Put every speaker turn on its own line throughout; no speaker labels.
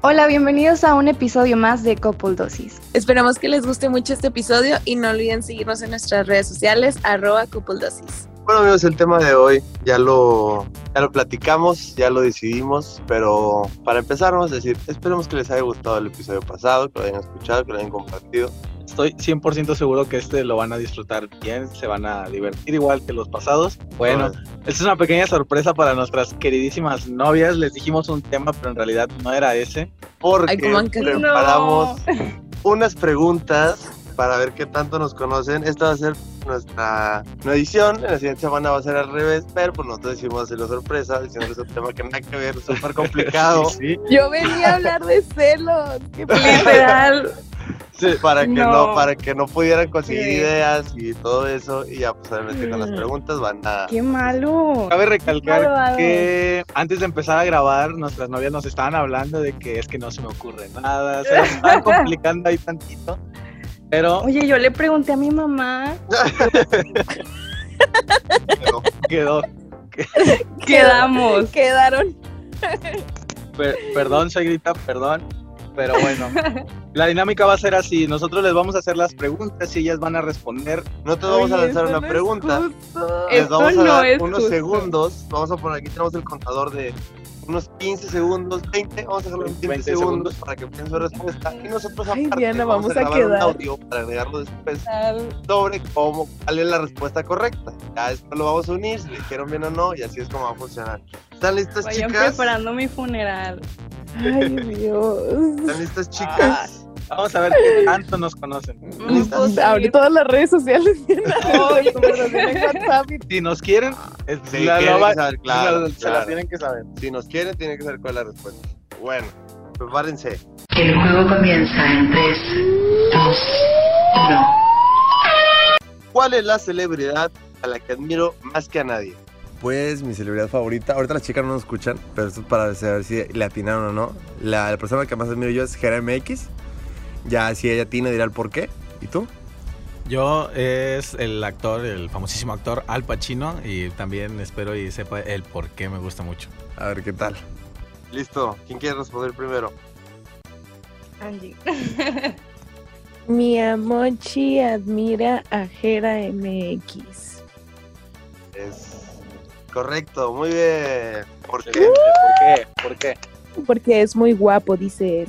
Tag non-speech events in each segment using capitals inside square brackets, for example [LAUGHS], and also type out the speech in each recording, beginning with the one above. Hola, bienvenidos a un episodio más de [LAUGHS] Copuldosis.
Esperamos que les guste mucho este episodio y no olviden seguirnos en nuestras redes sociales, arroba copuldosis.
Bueno amigos, el tema de hoy ya lo, ya lo platicamos, ya lo decidimos, pero para empezar vamos a decir, esperemos que les haya gustado el episodio pasado, que lo hayan escuchado, que lo hayan compartido.
Estoy 100% seguro que este lo van a disfrutar bien, se van a divertir igual que los pasados. Bueno,
Entonces,
esta es una pequeña sorpresa para nuestras queridísimas novias. Les dijimos un tema, pero en realidad no era ese.
Porque
Ay, ¿cómo han que-
preparamos [LAUGHS] unas preguntas para ver qué tanto nos conocen. Esta va a ser nuestra nueva edición, en la siguiente semana va a ser al revés, pero pues nosotros decidimos hacerlo sorpresa, diciéndoles un tema que nada que ver, súper
[LAUGHS]
complicado.
[LAUGHS] Sí,
Yo venía a hablar de celos. ¡Qué
Literal.
Sí, para que no.
No.
para que no pudieran conseguir
Sí.
ideas y todo eso y ya pues obviamente con las
Mm.
preguntas van a
¡Qué malo! Malvado.
Cabe recalcar que antes de empezar a grabar, nuestras novias nos estaban hablando de que es que no se me ocurre nada, se nos estaban complicando ahí tantito. Pero
Oye, yo le pregunté a mi mamá,
pero
quedó.
quedamos.
Quedaron.
Per- perdón, grita, perdón. Pero bueno, la dinámica va a ser así. Nosotros les vamos a hacer las preguntas y ellas van a responder.
nosotros vamos a
Oye,
lanzar
esto
una
no es
pregunta
justo.
les
Esto
vamos a
no
dar
es
unos
justo.
segundos vamos a poner aquí tenemos el contador de unos 15 segundos 20 vamos a dejarlo en 15
20
segundos,
segundos.
para que piensen su respuesta y nosotros
Ay,
aparte
Diana, vamos a
grabar
quedar.
un audio para agregarlo después sobre cómo cuál es la respuesta correcta ya después lo vamos a unir si le dijeron bien o no y así es como va a funcionar están listas
Vayan
Pues, chicas
preparando mi funeral.
Ay, Dios.
están listas chicas
Ah,
Mm.
Vamos a ver qué tanto nos conocen.
Listas.
Pues, abrí todas las redes sociales. [LAUGHS] Ay, conversación en WhatsApp.
Si nos quieren, es-
Sí,
la- la
tienen
va-
que saber, claro,
se la- se
claro.
la tienen que saber.
Si nos quieren, tiene que saber cuál es la respuesta. Bueno, prepárense.
El juego comienza en 3, 2, 1.
¿Cuál es la celebridad a la que admiro más que a nadie?
Pues mi celebridad favorita, ahorita las chicas no nos escuchan, pero esto es para saber si le atinaron o no. La, la persona que más admiro yo es Jera MX. Ya si ella atina dirá el por qué. ¿Y tú?
Yo es el actor, el famosísimo actor Al Pacino y también espero y sepa el por qué me gusta mucho.
A ver qué tal.
Listo, ¿quién quiere responder primero?
Angie.
Mi amochi admira a Jera MX.
Es correcto, muy bien. ¿Por qué?
Excelente. ¿Por qué? ¿Por qué?
Porque es muy guapo, dice él.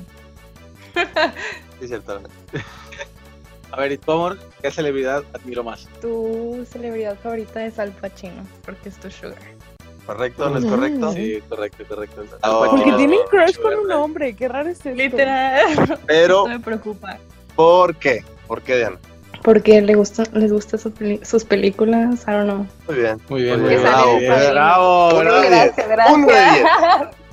Dice el torneo.
A ver, ¿y tú, amor? ¿Qué celebridad admiro más?
Tu celebridad favorita es Al Pacino, porque es tu sugar.
¿Correcto o no es correcto?
Ah. Sí, correcto, correcto.
Ah,
Porque
Oh,
tiene
tienen
crush con un
hombre, qué raro es esto.
Literal.
Pero,
me preocupa.
¿por qué? ¿Por qué, Diana?
Porque le gusta, les gustan sus películas, I don't know.
Muy bien.
Muy bien,
Que
muy bien.
sale
Bravo,
el padrino.
bravo,
Uno
bravo.
de diez. Uno de diez.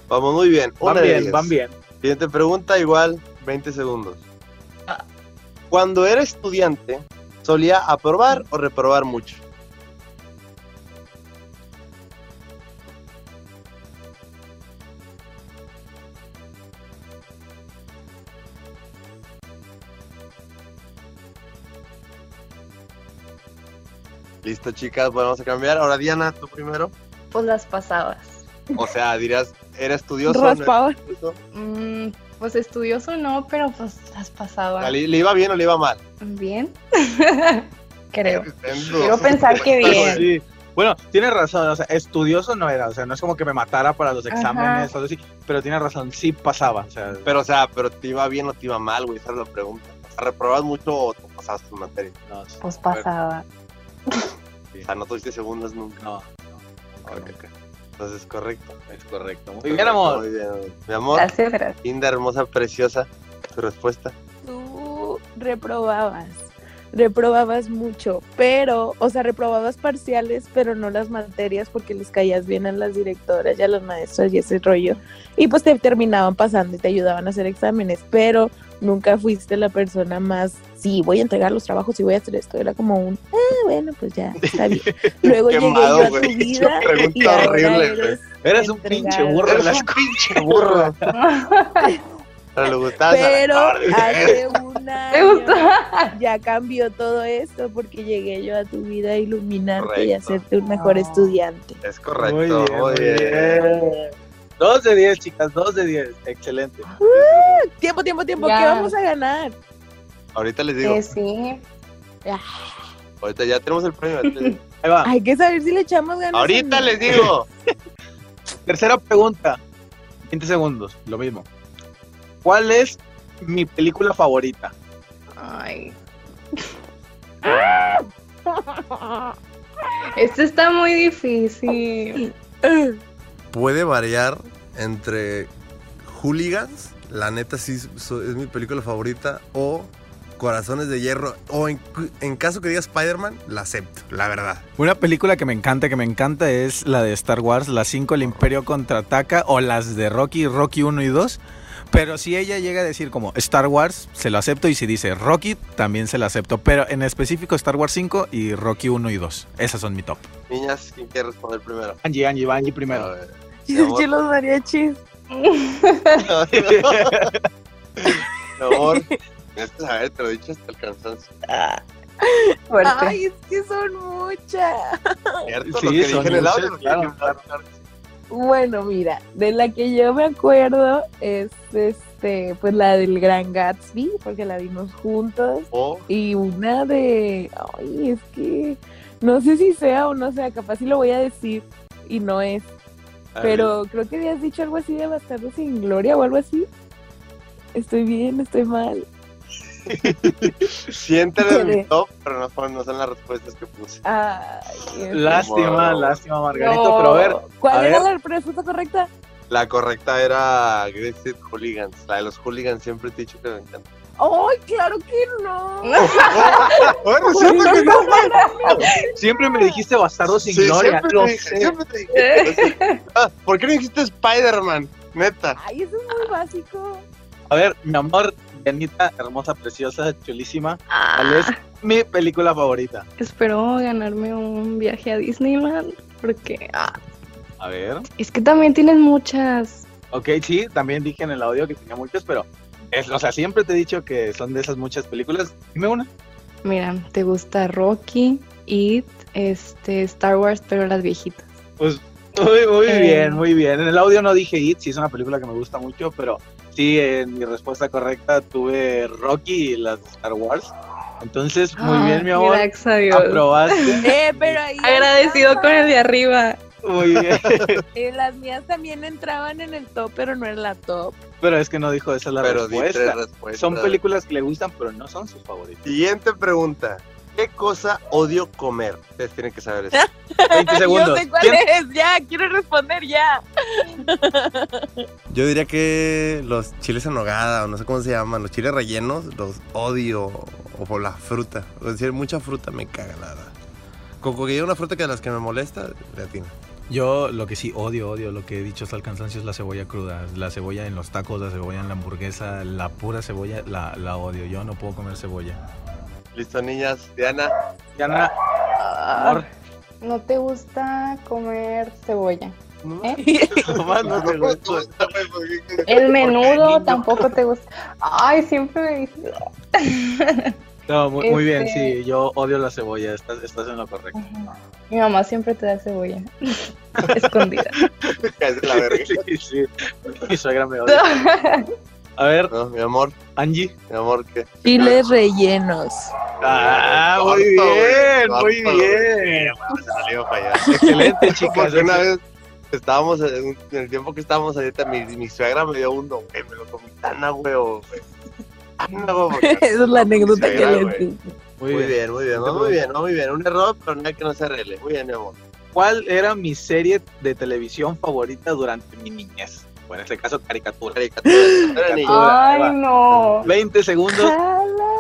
Vamos muy bien. Una
Van
de
bien,
diez.
van bien.
Siguiente pregunta, igual, 20 segundos. Cuando era estudiante, solía aprobar o reprobar mucho. Listo, chicas, bueno, vamos a cambiar. Ahora, Diana, tú primero.
Pues las pasabas.
O sea, dirás, ¿era estudioso? o no era
Raspaba.
estudioso?
Mm, pues estudioso no, pero pues las
O
pasaba
sea, ¿Le le iba bien o le iba mal?
bien. [LAUGHS] Creo.
En duda.
Quiero pensar que bien.
Sí. Bueno, tienes razón, o sea, estudioso no era, o sea, no es como que me matara para los exámenes, o algo así, pero tienes razón, sí pasaba, o sea,
Pero, o sea, pero te iba bien o te iba mal, güey, esa es la pregunta. O sea, ¿reprobas mucho o te pasaste tu materia?
no, sí,
Pues pasaba.
O sea, no tuviste segundas nunca.
no, no,
Ok.
nunca,
Entonces, correcto.
es correcto. Muy bien, amor.
Muy bien. Mi amor,
Gracias, gracias.
linda, hermosa, preciosa, tu respuesta.
Tú reprobabas. Reprobabas mucho, pero, o sea, reprobabas parciales, pero no las materias porque les caías bien a las directoras y a las maestras y ese rollo. Y pues te terminaban pasando y te ayudaban a hacer exámenes, pero nunca fuiste la persona más, sí, voy a entregar los trabajos y voy a hacer esto. Era como un, ah, bueno, pues ya, está
[LAUGHS]
bien. Luego llegué
Quemado,
yo a tu
güey.
vida
Pregunta
y ahora
horrible, güey.
eres
Eres un
Entregado.
pinche burro en la
Eres un pinche burro. Pero le gustabas a-
[LAUGHS]
Pero
Ah,
hace un
[LAUGHS] ¿Te
año
gustó?
ya cambió todo esto porque llegué yo a tu vida a iluminarte y
Correcto.
hacerte un mejor
Ah.
estudiante.
Es
escuela.
correcto, muy bien.
Dos de diez, chicas, dos de diez. Excelente.
Tiempo, tiempo, tiempo.
Ya.
¿Qué vamos a ganar?
Ahorita les digo,
Que Eh, sí.
ahorita ya tenemos el premio. ahorita les digo.
Ahí va.
Hay que saber si le echamos ganas. o
Ahorita
no. [LAUGHS]
les digo.
Tercera pregunta. 20 segundos, lo mismo. ¿Cuál es mi película favorita?
[LAUGHS]
Ay. Esto está muy difícil.
[LAUGHS]
Puede variar entre Hooligans, la neta sí so- es mi película favorita, o Corazones de Hierro, o en, cu- en caso que diga Spider-Man, la acepto, la verdad.
Una película que me encanta, que me encanta es la de Star Wars, las 5 El Imperio contraataca o las de Rocky, Rocky 1 y 2. Pero si ella llega a decir como Star Wars, se lo acepto y si dice Rocky, también se lo acepto. Pero en específico Star Wars 5 y Rocky 1 y 2. Esas son mi top.
Niñas, ¿quién quiere responder primero?
Angie, Angie, va Angie
A
primero.
ver. [LAUGHS]
Yo los mariachis.
Mi amor, tienes que saber, te lo he dicho hasta el cansancio.
[LAUGHS] Fuerte.
Ay, es que son muchas.
Cierto,
Sí,
lo que dije
son
en el audio.
muchas,
lo que dije en el
claro,
audio.
Bueno, mira, de la que yo me acuerdo es este, pues la del Gran Gatsby, porque la vimos juntos.
O
Y una de. Ay, es que. No sé si sea o no sea, capaz si lo voy a decir y no es.
A
Pero creo que habías dicho algo así de Bastardo sin Gloria o algo así. Estoy bien, estoy mal.
sienten en mi
Híjole.
top, pero no, fueron- no son las respuestas que puse.
Ay, es-
Lástima,
Wow.
lástima, Margarito.
No.
Pero a ver,
¿Cuál
a
era la respuesta correcta?
La correcta era Greased Hooligans. La de los hooligans siempre te he dicho que me encanta.
¡Ay, claro que no!
Bueno, siempre que no.
siempre me dijiste bastardo sin
Sí,
gloria.
siempre
lo
te dije,
sé.
siempre te dije. Ah, ¿Por qué no dijiste Spider-Man? Neta.
Ay, eso es muy básico.
A ver, mi amor, Janita, hermosa, preciosa, chulísima. ¿Cuál es
Ah,
mi película favorita?
[LAUGHS] espero ganarme un viaje a Disneyland porque ah,
A ver.
es que también tienes muchas.
Ok, sí, también dije en el audio que tenía muchas, pero. es- o sea, siempre te he dicho que son de esas muchas películas. Dime una.
Mira, te gusta Rocky, It, este Star Wars, pero las viejitas.
Pues muy, muy
Eh.
bien, muy bien. En el audio no dije It, sí es una película que me gusta mucho, pero sí, en mi respuesta correcta tuve Rocky y las de Star Wars. Entonces, muy bien, mi
Ah,
amor.
Gracias a Dios.
[LAUGHS] Aprobaste.
[LAUGHS] Eh, pero ahí.
Agradecido con el de arriba.
Muy bien. [LAUGHS]
Eh, las mías también entraban en el top, pero no en la top.
Pero es que no dijo esa es la
Pero di tres
respuesta.
respuestas.
Son películas que le gustan, pero no son sus favoritas.
Siguiente pregunta. ¿Qué cosa odio comer? Ustedes tienen que saber eso.
20
[LAUGHS]
segundos.
Yo sé cuál
¿Quién-
es, ya, quiero responder ya.
Yo diría que los chiles en nogada, o no sé cómo se llaman, los chiles rellenos, los odio, o por la fruta. O decir, mucha fruta me caga, la verdad. Con que haya una fruta que de las que me molesta, latina.
Yo lo que sí odio, odio, lo que he dicho hasta el cansancio es la cebolla cruda. La cebolla en los tacos, la cebolla en la hamburguesa, la pura cebolla la, la odio. Yo no puedo comer cebolla.
Listo, niñas. Diana.
Diana,
Ah,
amor,
No te gusta comer
[LAUGHS]
cebolla.
nomás no te gustó.
El menudo
niño?
tampoco te gusta. Ay, siempre me dices.
No, muy, muy bien,
Este-
sí, yo odio la cebolla, estás, estás en lo correcto.
Mi mamá siempre te da cebolla. [LAUGHS] Escondida.
Es la verga.
[LAUGHS] Sí, sí, mi suegra me odia. A ver,
No, mi amor,
Angie.
mi amor, ¿qué?
Chiles rellenos.
Ah, muy
Corto,
bien,
güey,
muy
corto,
bien.
Se salió para allá.
[LAUGHS] Excelente, chicas.
Porque una vez estábamos, en en el tiempo que estábamos a dieta, mi, mi suegra me dio uno, güey, me lo comí tan a huevo, güey. Tan a huevo, porque-
[LAUGHS] Esa es la anécdota que
Sí,
les
güey.
dije.
Muy
Muy
bien.
bien, muy bien, va muy bien, va muy bien. Un error, pero nada que no se arregle. Muy bien, mi amor.
¿Cuál era mi serie de televisión favorita durante mi niñez? Bueno, en este caso, caricatura.
Caricatura de niños.
Ay,
Ay, no.
20 segundos,
Jala.
No,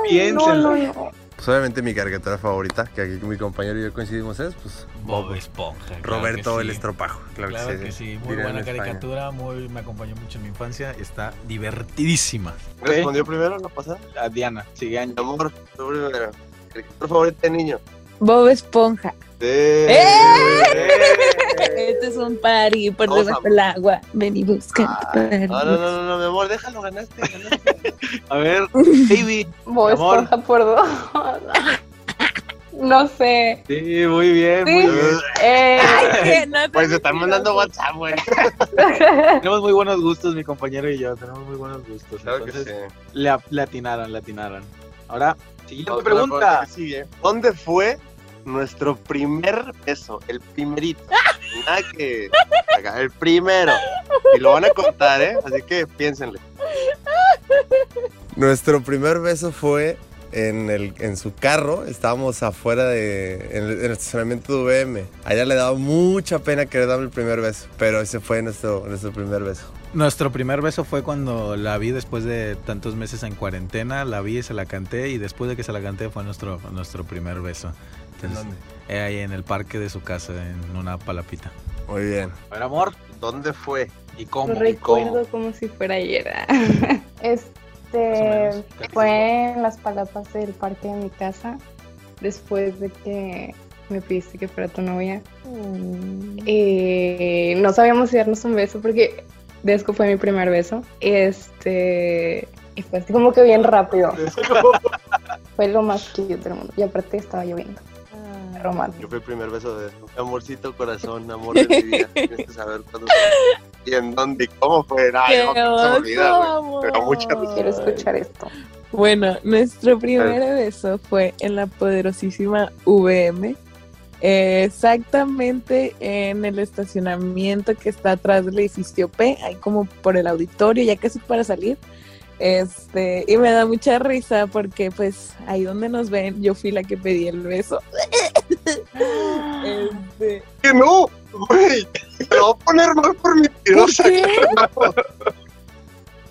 no,
piénsenlo.
no.
Pues obviamente mi caricatura favorita, que aquí mi compañero y yo coincidimos, es pues
Bob Esponja. claro
Roberto
que
el
sí.
Estropajo. Claro,
Claro que sí, muy
dirían
buena
en España.
caricatura, muy, me acompañó mucho en mi infancia, está divertidísima.
Respondió primero, no pasa. nada.
A Diana, sigue Angie.
Mi amor, tú primero. Caricatura favorita de niño.
Bob Esponja.
Sí.
¡Eh! Este es un party por
Vamos a-
debajo del agua. Ven y busca tu party.
Ah,
[LAUGHS]
No, no, no, no, no, mi amor, déjalo, ganaste, ganaste.
A ver, David.
Bob [LAUGHS]
Mi amor.
Esponja por dos.
No sé.
Sí, muy bien,
Sí.
muy bien.
Eh,
que
[LAUGHS]
no
Pues
te
se
mentiroso.
están mandando WhatsApp, güey.
Tenemos muy buenos gustos, mi compañero y yo. Tenemos muy buenos gustos.
Claro que
Entonces,
sí.
le, a- le atinaron, le atinaron. Ahora, siguiente
Otra cosa
pregunta.
que sigue. ¿Dónde fue nuestro primer beso? El primerito. Nada que. acá, El primero. Y lo van a contar, ¿eh? Así que piénsenle.
Nuestro primer beso fue en, el, en su carro. Estábamos afuera de, en el, en el estacionamiento de UVM. A ella le daba mucha pena querer darme el primer beso, pero ese fue nuestro, nuestro primer beso.
Nuestro primer beso fue cuando la vi después de tantos meses en cuarentena, la vi y se la canté y después de que se la canté fue nuestro, nuestro primer beso. Entonces, eh, ahí en el parque de su casa, en una palapita.
Muy bien.
A ver, amor,
¿Dónde fue?
¿y
Lo
cómo? ¿Y cómo?
recuerdo como si fuera [LAUGHS] ayer.
Más o
este
menos.
fue en las palapas del parque de mi casa
Después de que me pidiste que fuera tu novia. Eh, no sabíamos si darnos un beso porque Desco fue mi primer beso. Este. Y fue así como que bien
[LAUGHS]
rápido. [LAUGHS] fue lo más cute del mundo. Y aparte estaba lloviendo.
Yo
Romántico.
fui el primer beso de Amorcito, corazón, amor de
[LAUGHS]
mi vida. Tienes que saber cuándo fue. Y en dónde y cómo fue. Ay,
Qué
no, que no se me
oso,
olvida, güey. Me da
amor.
mucha risa.
Quiero escuchar
[LAUGHS]
esto.
Bueno, nuestro primer beso fue en la poderosísima VM. eh, exactamente en el estacionamiento que está atrás del edificio P, ahí como por el auditorio, ya casi para salir. Este, y me da mucha risa porque pues ahí donde nos ven, yo fui la que pedí el beso.
Ah.
Este,
¡Que no! ¡Güey! Te lo voy a poner mal por mi
¿por
tirosa.
qué?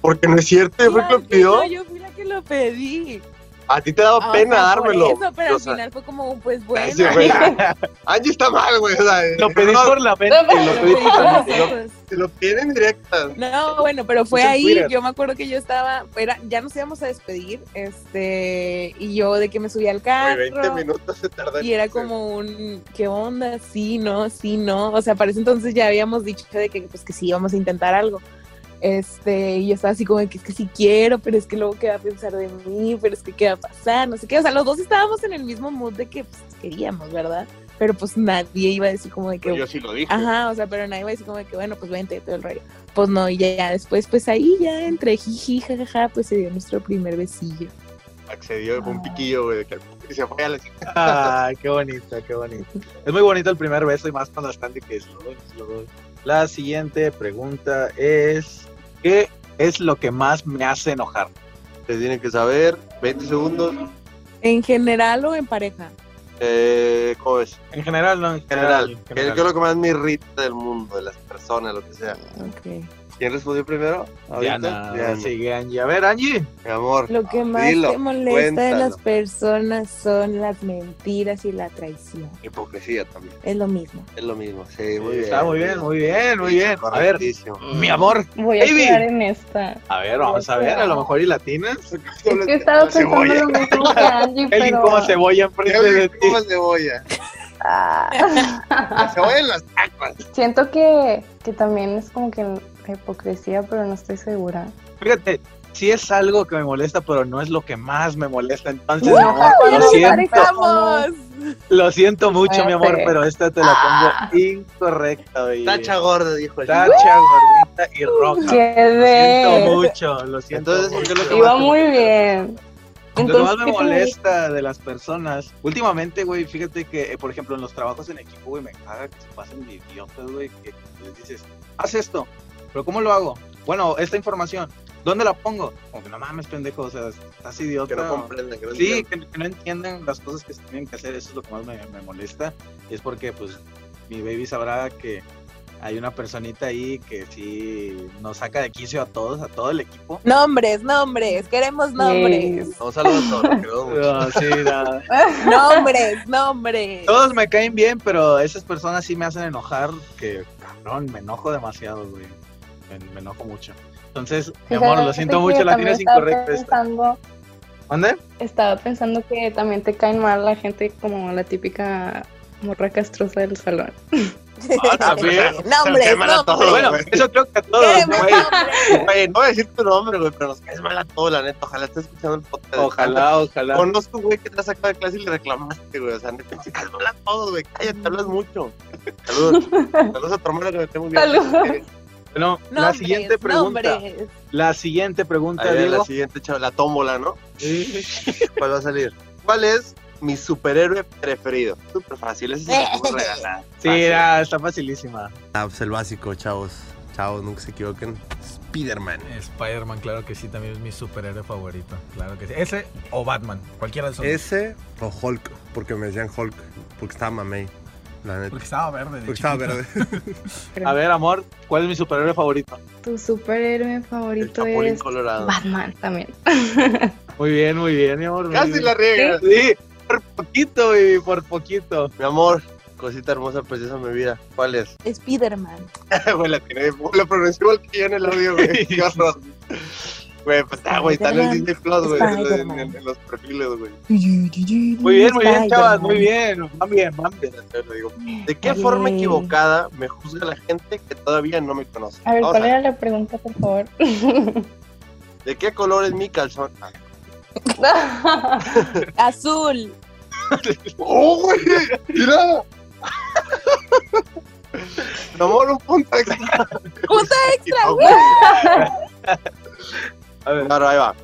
Porque no es cierto, yo fui el que
Claro,
pidió.
no, yo fui la que lo pedí.
A ti te daba
Ah,
pena
o sea, por
dármelo.
Eso, pero al
tirosa.
final fue como, pues bueno. [LAUGHS]
Gracias, güey. Angie está mal, güey. o sea, eh,
Lo pedís por la mente.
Lo
Lo pedís
pedí
por
con
la
los
mente.
ojos.
Si lo piden directa.
No, bueno, pero fue
Puse en
ahí,
Twitter.
yo me acuerdo que yo estaba, era, ya nos íbamos a despedir, este, y yo de que me subí al
Güey,
carro,
20 minutos se tarda. en
y era
hacer.
como un, ¿qué onda? Sí, no, sí, no, o sea, para ese entonces ya habíamos dicho de que, pues, que sí, íbamos a intentar algo, este, y yo estaba así como de que es que sí quiero, pero es que luego qué va a pensar de mí, pero es que qué va a pasar, no sé qué, o sea, los dos estábamos en el mismo mood de que, pues, queríamos, ¿verdad? Pero pues nadie iba a decir como de que,
Pues Yo sí lo dije.
Ajá, o sea, pero nadie va a decir como de que, bueno, pues vente, todo el rollo. Pues no, y ya, ya después, pues ahí ya entre jiji, jajaja, pues se dio nuestro primer besillo.
Accedió con un piquillo, güey. de que- Y se fue a la chica.
Ah, qué bonito, qué bonito. Es muy bonito el primer beso y más cuando están de que es lo doy, es lo doy. La siguiente pregunta es: ¿Qué es lo que más me hace enojar?
Ustedes tienen que saber. 20 segundos.
¿En general o en pareja?
Eh, ¿Cómo es?
En general, no, en
En general.
general. en
¿Qué es
general.
lo que más me irrita del mundo, de las personas, lo que sea?
Ok.
¿Quién respondió primero? ¿Ahorita?
Diana,
Diana.
sigue Angie. A ver, Angie.
Mi amor.
Lo que más
Dilo,
te molesta de las
cuéntalo.
personas son las mentiras y la traición.
Hipocresía también.
Es lo mismo.
Es lo mismo. Sí, muy bien.
Está muy bien, muy bien, muy bien. A ver,
Correctísimo.
mi amor.
Voy a
Baby.
quedar en esta.
A ver, vamos a ver, a lo mejor y latinas.
es que estaba pensando
Cebolla.
lo mismo que Angie
Alguien
pero
como cebolla enfrente de ti.
¿Cómo cebolla?
Ah,
La cebolla en los tacos.
siento que, que también es como que la hipocresía pero no estoy segura
Fíjate, sí es algo que me molesta, pero no es lo que más me molesta. Entonces,
¡Wow!
mi amor,
Ya
lo
nos
siento,
emparejamos.
lo siento mucho, mi amor,
Cállate.
pero esta te
Ah.
la pongo incorrecta, baby.
Tacha gorda, dijo el
Tacha, gordita y roja. Lo siento
quedé
mucho, lo siento.
Entonces, ¿por qué lo
mucho.
que
iba muy bien
Lo que más
entonces
me
¿qué te-
molesta de las personas. Últimamente, güey, fíjate que, eh, por ejemplo, en los trabajos en equipo, güey, me caga que se pasen de idiotas, güey, que les dices, haz esto, pero ¿cómo lo hago? Bueno, esta información, ¿dónde la pongo? Como que no mames, pendejo, o sea, estás idiota.
Que no comprenden, que no
Sí,
entienden.
que, que no entienden las cosas que se tienen que hacer, eso es lo que más me, me molesta. Y es porque, pues, mi baby sabrá que hay una personita ahí que sí nos saca de quicio a todos, a todo el equipo.
Nombres, nombres, queremos [LAUGHS] nombres.
No, saludos a todos, los
[LAUGHS]
queremos mucho.
Ah, sí, nada.
Nombres, nombres.
[LAUGHS] Todos me caen bien, pero esas personas sí me hacen enojar, que, cabrón, me enojo demasiado, güey. Me, me enojo mucho. Entonces, mi amor, lo
Fíjate
siento
que
mucho, la
también
tienes
estaba
incorrecta esta.
pensando-
¿Mande?
Estaba pensando que también te caen mal la gente como la típica morra castrosa del salón.
[LAUGHS]
Ah,
Nombres,
no, hombre,
nombres.
[LAUGHS]
Bueno, eso creo que a todos,
[LAUGHS]
¿Qué
güey.
nombres?
Güey, no voy a decir tu nombre, güey, pero nos caes mal a todos, la neta. Ojalá estés escuchando el podcast.
Ojalá, ojalá.
Conozco un güey que te ha sacado de clase y le reclamaste, güey. O sea, neta, nos caes mal a todos, güey. Cállate, hablas mucho.
[LAUGHS]
Saludos. Saludos a tu hermana que me tengo bien.
Saludos.
Bueno, la
Nombres,
siguiente pregunta.
nombres.
La siguiente pregunta,
Ahí viene
Diego.
la siguiente, chaval, la tómbola, ¿no? ¿Cuál va a salir? ¿Cuál es mi superhéroe preferido? Súper fácil, ese se lo puedo regalar.
Sí, era- está facilísima.
[LAUGHS] Ah, pues el básico, chavos. Chavos, nunca se equivoquen. Spider-Man.
Spider-Man, claro que sí, también es mi superhéroe favorito. Claro que sí. Ese o Batman, cualquiera de
Eh,
esos. dos.
Ese o Hulk, porque me decían Hulk, porque estaba mamey, la neta.
Porque estaba verde. de
Porque estaba
chiquito.
verde.
A ver, amor, ¿cuál es mi superhéroe favorito?
Tu superhéroe
El
favorito
Chapulín
es
Colorado.
Batman también.
Muy bien, muy bien, mi amor. muy
Casi
bien.
la riega.
Sí, por poquito, baby, por poquito.
Mi amor, cosita hermosa, preciosa, mi vida. ¿Cuál es?
Spiderman.
[LAUGHS] güey, la tiene, la pronuncié igual que yo en el audio, güey. Qué horror. Güey, pues ah, güey, está en el Disney Plus, güey. En,
Spider-Man.
en- en los perfiles, güey.
Muy bien, muy bien, chavas,
Spider-Man.
muy bien. Van bien, van bien.
Yo le digo, ¿De qué forma
Yay.
equivocada me juzga la gente que todavía no me conoce?
A ver,
Vamos
¿cuál
a ver.
era la pregunta, por favor?
¿De qué color es mi calzón? Ah,
[LAUGHS] Azul.
¡Oh, güey! ¡Mira! Mi amor, un punto extra.
Punto
extra,
güey.
A ver,
Claro, ahí va.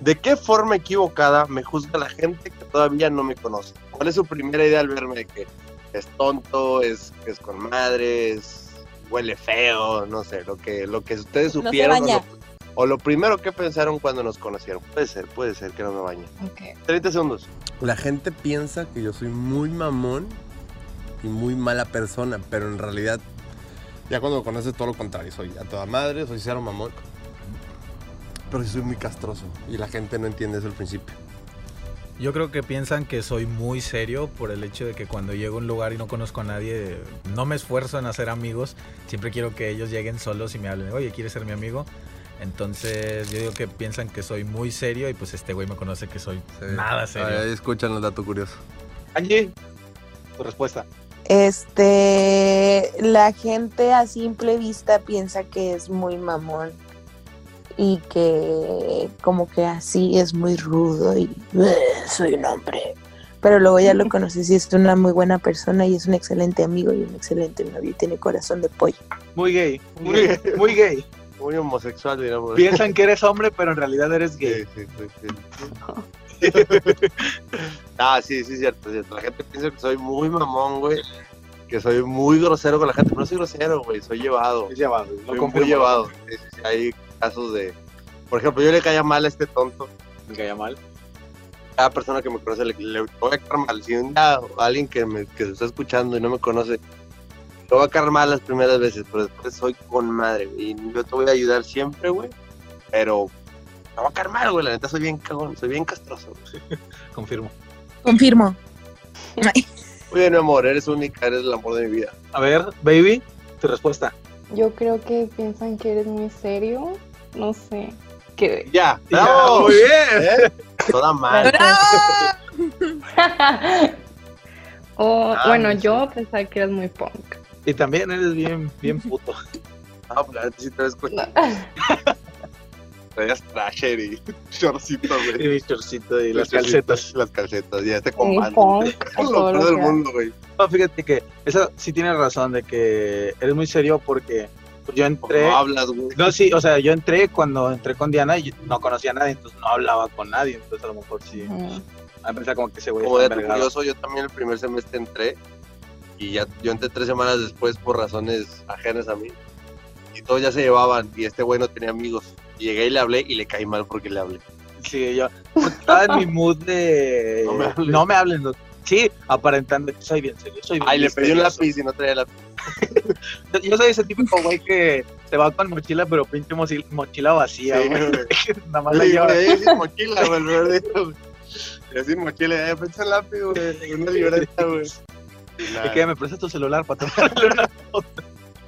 ¿De qué forma equivocada me juzga la gente que todavía no me conoce? ¿Cuál es su primera idea al verme de que es tonto, es, es con madre, es- huele feo, no sé, lo que, lo que ustedes
No se
supieron
baña.
o, lo, o lo primero que pensaron cuando nos conocieron? Puede ser, puede ser que no me bañe.
Ok.
30 segundos.
La gente piensa que yo soy muy mamón y muy mala persona, pero en realidad, ya cuando me conoces, todo lo contrario. Soy a toda madre, soy cero mamón. Pero sí soy muy castroso y la gente no entiende eso al principio.
Yo creo que piensan que soy muy serio por el hecho de que cuando llego a un lugar y no conozco a nadie, no me esfuerzo en hacer amigos. Siempre quiero que ellos lleguen solos y me hablen, oye, ¿quieres ser mi amigo? Entonces yo digo que piensan que soy muy serio y pues este güey me conoce que soy nada serio.
Ahí escuchan el dato curioso.
Angie, tu respuesta.
Este, la gente a simple vista piensa que es muy mamón y que como que así es muy rudo y "Bleh, soy un hombre. Pero luego ya lo conoces y es una muy buena persona y es un excelente amigo y un excelente novio y tiene corazón de pollo.
Muy gay, muy gay, muy gay.
Muy homosexual, digamos.
[LAUGHS] Piensan que eres hombre, pero en realidad eres gay.
Sí, sí, sí, sí. [LAUGHS] ah, sí, sí, cierto, cierto. La gente piensa que soy muy mamón, güey. Que soy muy grosero con la gente. pero No soy grosero, güey. Soy llevado.
Es llevado, lo
Soy
confirmo.
muy llevado. Sí, sí, sí, Hay casos de... Por ejemplo, yo le caía mal a este tonto.
Me caía mal.
Cada persona que me conoce le, le voy a caer mal. Si un día alguien que, me, que se está escuchando y no me conoce, lo voy a caer mal las primeras veces, pero después soy con madre. güey, Y yo te voy a ayudar siempre, güey. Pero no voy a caer mal, güey. La neta soy bien cagón. Soy bien castroso. güey.
Confirmo.
Confirmo.
Muy bien, mi amor, eres única, eres el amor de mi vida.
A ver, baby, tu respuesta.
Yo creo que piensan que eres muy serio. No sé. Que...
Ya,
Ya,
bravo.
muy bien.
¿Eh? Toda mal.
[LAUGHS] o,
Ah,
bueno,
no sé.
yo pensaba que eras muy punk.
Y también eres bien, bien [LAUGHS] puto.
Ah, pues la neta sí te ves con traías trasher y [LAUGHS] shortcito,
Y
güey.
mi chorcito y
Y
las calcetas.
Las calcetas, ya te
[LAUGHS] Muy
comando.
punk.
Es lo peor del mundo, güey.
No, fíjate que esa sí tiene razón de que eres muy serio porque yo entré.
Pues No hablas, güey.
No, sí, o sea, yo entré cuando entré con Diana y no conocía a nadie, entonces no hablaba con nadie, entonces a lo mejor sí. A pensar como que ese güey
Como
está
de
envergado.
curioso, yo también el primer semestre entré. Y ya, yo entré tres semanas después por razones ajenas a mí. Y todos ya se llevaban. Y este güey no tenía amigos. Y llegué y le hablé y le caí mal porque le hablé.
Sí, yo estaba en mi mood de.
No me hables.
No me hablen. no- Sí, aparentando que soy bien serio, soy bien
Ay, le pedí un
misterioso.
lápiz y no traía lápiz.
Yo- Yo soy ese típico güey que se va con mochila, pero pinche mochila, mochila vacía,
Sí, [LAUGHS]
güey.
güey.
Nada más la
Sí,
lleva.
güey, sin mochila, güey, el verde, güey. Yo sin mochila, ya pensé el lápiz, güey, una libreta, güey.
Y que me prestas tu celular para tomarle una.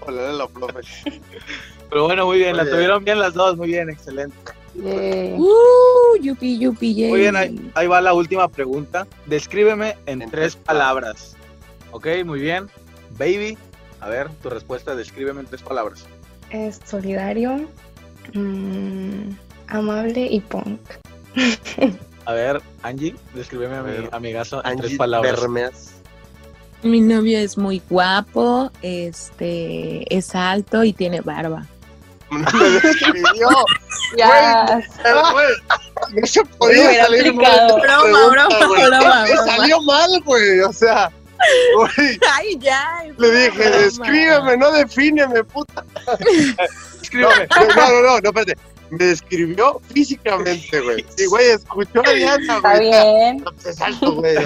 Hola, la profe.
[LAUGHS] Pero bueno, muy bien,
Muy
la
bien.
tuvieron bien las dos, muy bien, excelente.
Yay.
Uh, yupi, yupi, yay.
Muy bien,
Eh,
ahí, ahí va la última pregunta. Descríbeme en,
En
tres
tres
palabras. Ok, muy bien. Baby, A ver, tu respuesta, descríbeme en tres palabras.
Es solidario, mm, amable y punk.
A ver, Angie, descríbeme a,
A
mi
ver,
amigazo en tres
Angie
palabras.
Bermeas. [LAUGHS]
Mi novio es muy guapo, este, es alto y tiene barba.
¡Me describió!
Ya.
güey! No se Ah, podía
pues. Hubiera
salir mal.
aplicado.
esta
Broma,
pregunta,
broma,
güey.
broma,
Me
broma.
salió mal, güey. O sea, güey,
[LAUGHS] Ay, ya. es
le
una
dije,
broma.
descríbeme, no defíneme, puta.
Descríbeme.
No, no, no, no, espérate. Me describió físicamente, güey. Y, güey, escuchó a Diana,
Está
güey.
bien.
No, pues, alto, güey.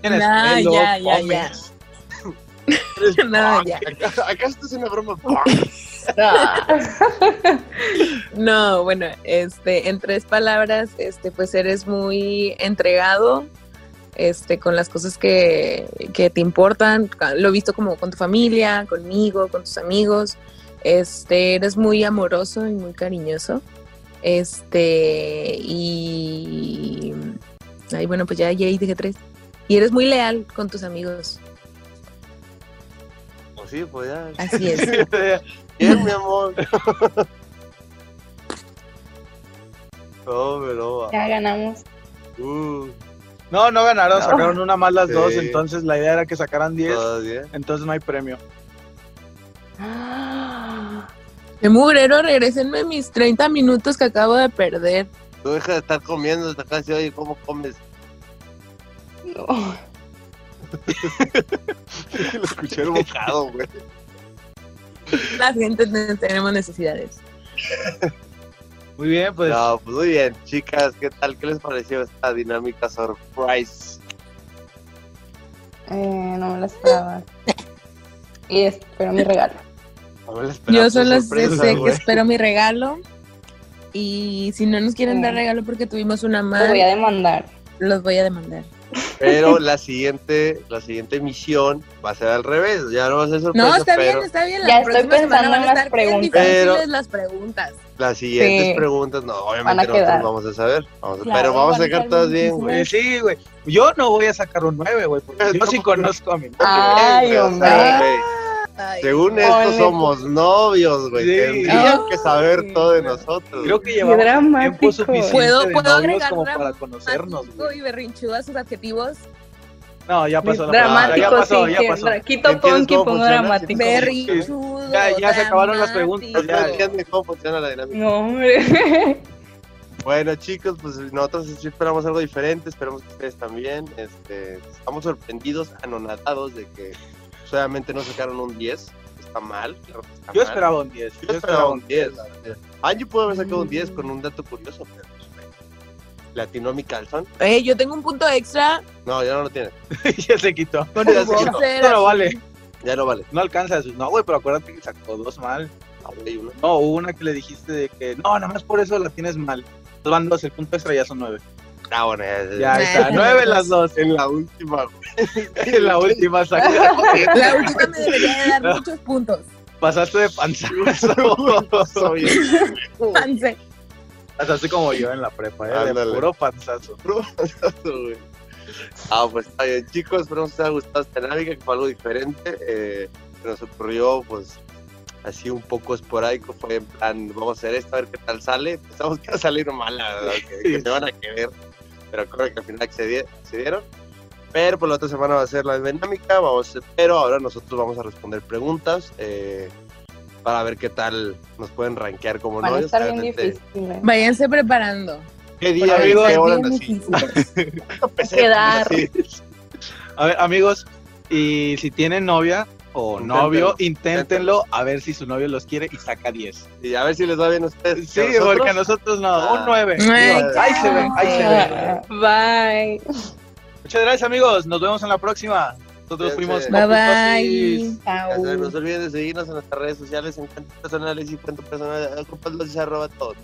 ¿Quién es?
Ah, No,
Hello,
ya, ya, ya.
homies.
[LAUGHS] No, Ah, ya.
Acá, acá estás en una broma.
No, bueno, este, en tres palabras, este, pues eres muy entregado, este, con las cosas que, que te importan, ca- lo he visto como con tu familia, conmigo, con tus amigos, este, eres muy amoroso y muy cariñoso, este, y, ay, bueno, pues ya, ya ahí dije tres, y eres muy leal con tus amigos,
Pues sí, pues ya.
así es.
Bien, mi amor. [LAUGHS] No, pero.
Ya
[GASPS]
ganamos.
Uh,
[LAUGHS] No, no ganaron,
No.
sacaron una más las dos,
Sí.
entonces la idea era que sacaran diez,
todavía.
entonces no hay premio.
De mugrero, regrésenme mis 30 minutos que acabo de perder.
Tú deja de estar comiendo hasta casi, oye, ¿cómo comes?
[LAUGHS]
No.
Lo escuché un bocado, güey.
La gente te- tenemos necesidades.
Muy bien, [LAUGHS] pues
No, pues muy bien, chicas, ¿qué tal? ¿Qué les pareció esta dinámica surprise?
Eh, no me la esperaba. Y espero mi regalo.
A ver, les
Yo
pues,
esperamos
solo sé,
sorpresa,
sé que
güey.
espero mi regalo. Y si no nos quieren dar regalo porque tuvimos una
Lo
mal,
Mm. voy a demandar.
los voy a demandar.
Pero la siguiente, la siguiente misión va a ser al revés, ya no va a ser sorpresa,
No,
pues,
está
pero
bien, está bien. La
Ya estoy
próxima semana
pensando
van
en
a
las
estar bien
preguntas.
difíciles
Pero-
las preguntas.
las siguientes
Sí.
preguntas, no,
Van a
obviamente nosotros
quedar.
vamos a saber, vamos a-
Claro,
pero vamos a
van a
sacar
quedar
todas bien,
muchísimas.
güey.
Pues sí, güey. Yo no voy a sacar un 9, güey, porque
[LAUGHS]
yo sí conozco a mi novio.
Ay,
Güey, o sea,
hombre.
güey,
Ay,
Según esto
Ole.
somos novios, güey.
Sí.
Tendrían
Oh,
que saber
Ay,
todo de
no.
nosotros.
Creo que
Qué
llevamos tiempo
dramático.
suficiente
¿Puedo-
de
puedo
novios
agregar
como
dramático
para conocernos,
dramático
güey.
y berrinchudo a sus adjetivos.
No, ya pasó la palabra, ya
Dramático,
pasó,
sí.
ya
que-
pasó.
Quito
¿Entiendes
punk y
cómo
pongo
funciona?
dramático.
Sí.
Berrinchudo.
Ya- ya se acabaron las preguntas,
No
ya.
dramático.
entienden cómo funciona la dinámica.
No, hombre.
Bueno, chicos, pues nosotros sí esperamos algo diferente, esperamos que ustedes también. Este, estamos sorprendidos, anonadados de que solamente nos sacaron un 10. Está mal. claro que está
Yo
mal.
esperaba un 10.
Yo esperaba un 10. Angie pudo haber sacado un
Mm.
10 con un dato curioso, pero pues, bueno. Latinó mi calzón.
Eh, yo tengo un punto extra
No, ya no lo tiene.
[LAUGHS] ya se quitó.
por
Ya
el
se quitó.
boxer.
No, no
así.
vale.
Ya no vale.
No alcanza. No, güey, pero acuérdate que sacó dos mal.
No, güey, uno.
No, hubo una que le dijiste de que no, nada más por eso la tienes mal. Entonces Van dos, el punto extra ya son nueve.
Ah, bueno, ya, ya,
Ya
ya.
está, nueve las dos.
En la última, güey.
En la última saca.
[LAUGHS] La última me debería de dar
[LAUGHS] No.
muchos puntos.
Pasaste de panzazo.
[LAUGHS]
[LAUGHS]
Soy
Pance.
Pasaste como yo en la prepa, ¿eh? De
Ándale.
puro panzazo.
[LAUGHS] güey. Ah, pues está bien, chicos. Esperamos que les haya gustado esta dinámica, que fue algo diferente. eh, que nos ocurrió, pues, así un poco esporádico. Fue en plan, vamos a hacer esto, a ver qué tal sale. Pensamos que iba a salir mal, la verdad, que, que se van a querer. Pero creo que al final accedi- accedieron. Pero por la otra semana va a ser la misma dinámica. Vamos, pero ahora nosotros vamos a responder preguntas eh, para ver qué tal nos pueden rankear como
Van a
novios.
estar bien
Obviamente,
difíciles.
Váyanse preparando. porque
¿Qué día,
van a
amigos?
estar
¿Qué hora
bien
así?
difíciles.
Quedar.
Sí.
A ver, amigos, y si tienen novia o
Inténtenlo.
novio, inténtenlo a ver si su novio los quiere y saca 10.
Y a ver si les va bien a ustedes.
Sí,
¿Y a
porque a
nosotros?
nosotros no,
Ah.
un 9.
Ay,
Ahí se ve, ahí se ve.
Ah, Bye.
Muchas gracias, amigos. Nos vemos en la próxima. Nosotros fuimos.
Cuídense.
Bye
Ocupasis.
bye.
Ya saben, No se olviden de seguirnos en nuestras redes sociales, en cuentas personales y cuentas personales, arroba todo.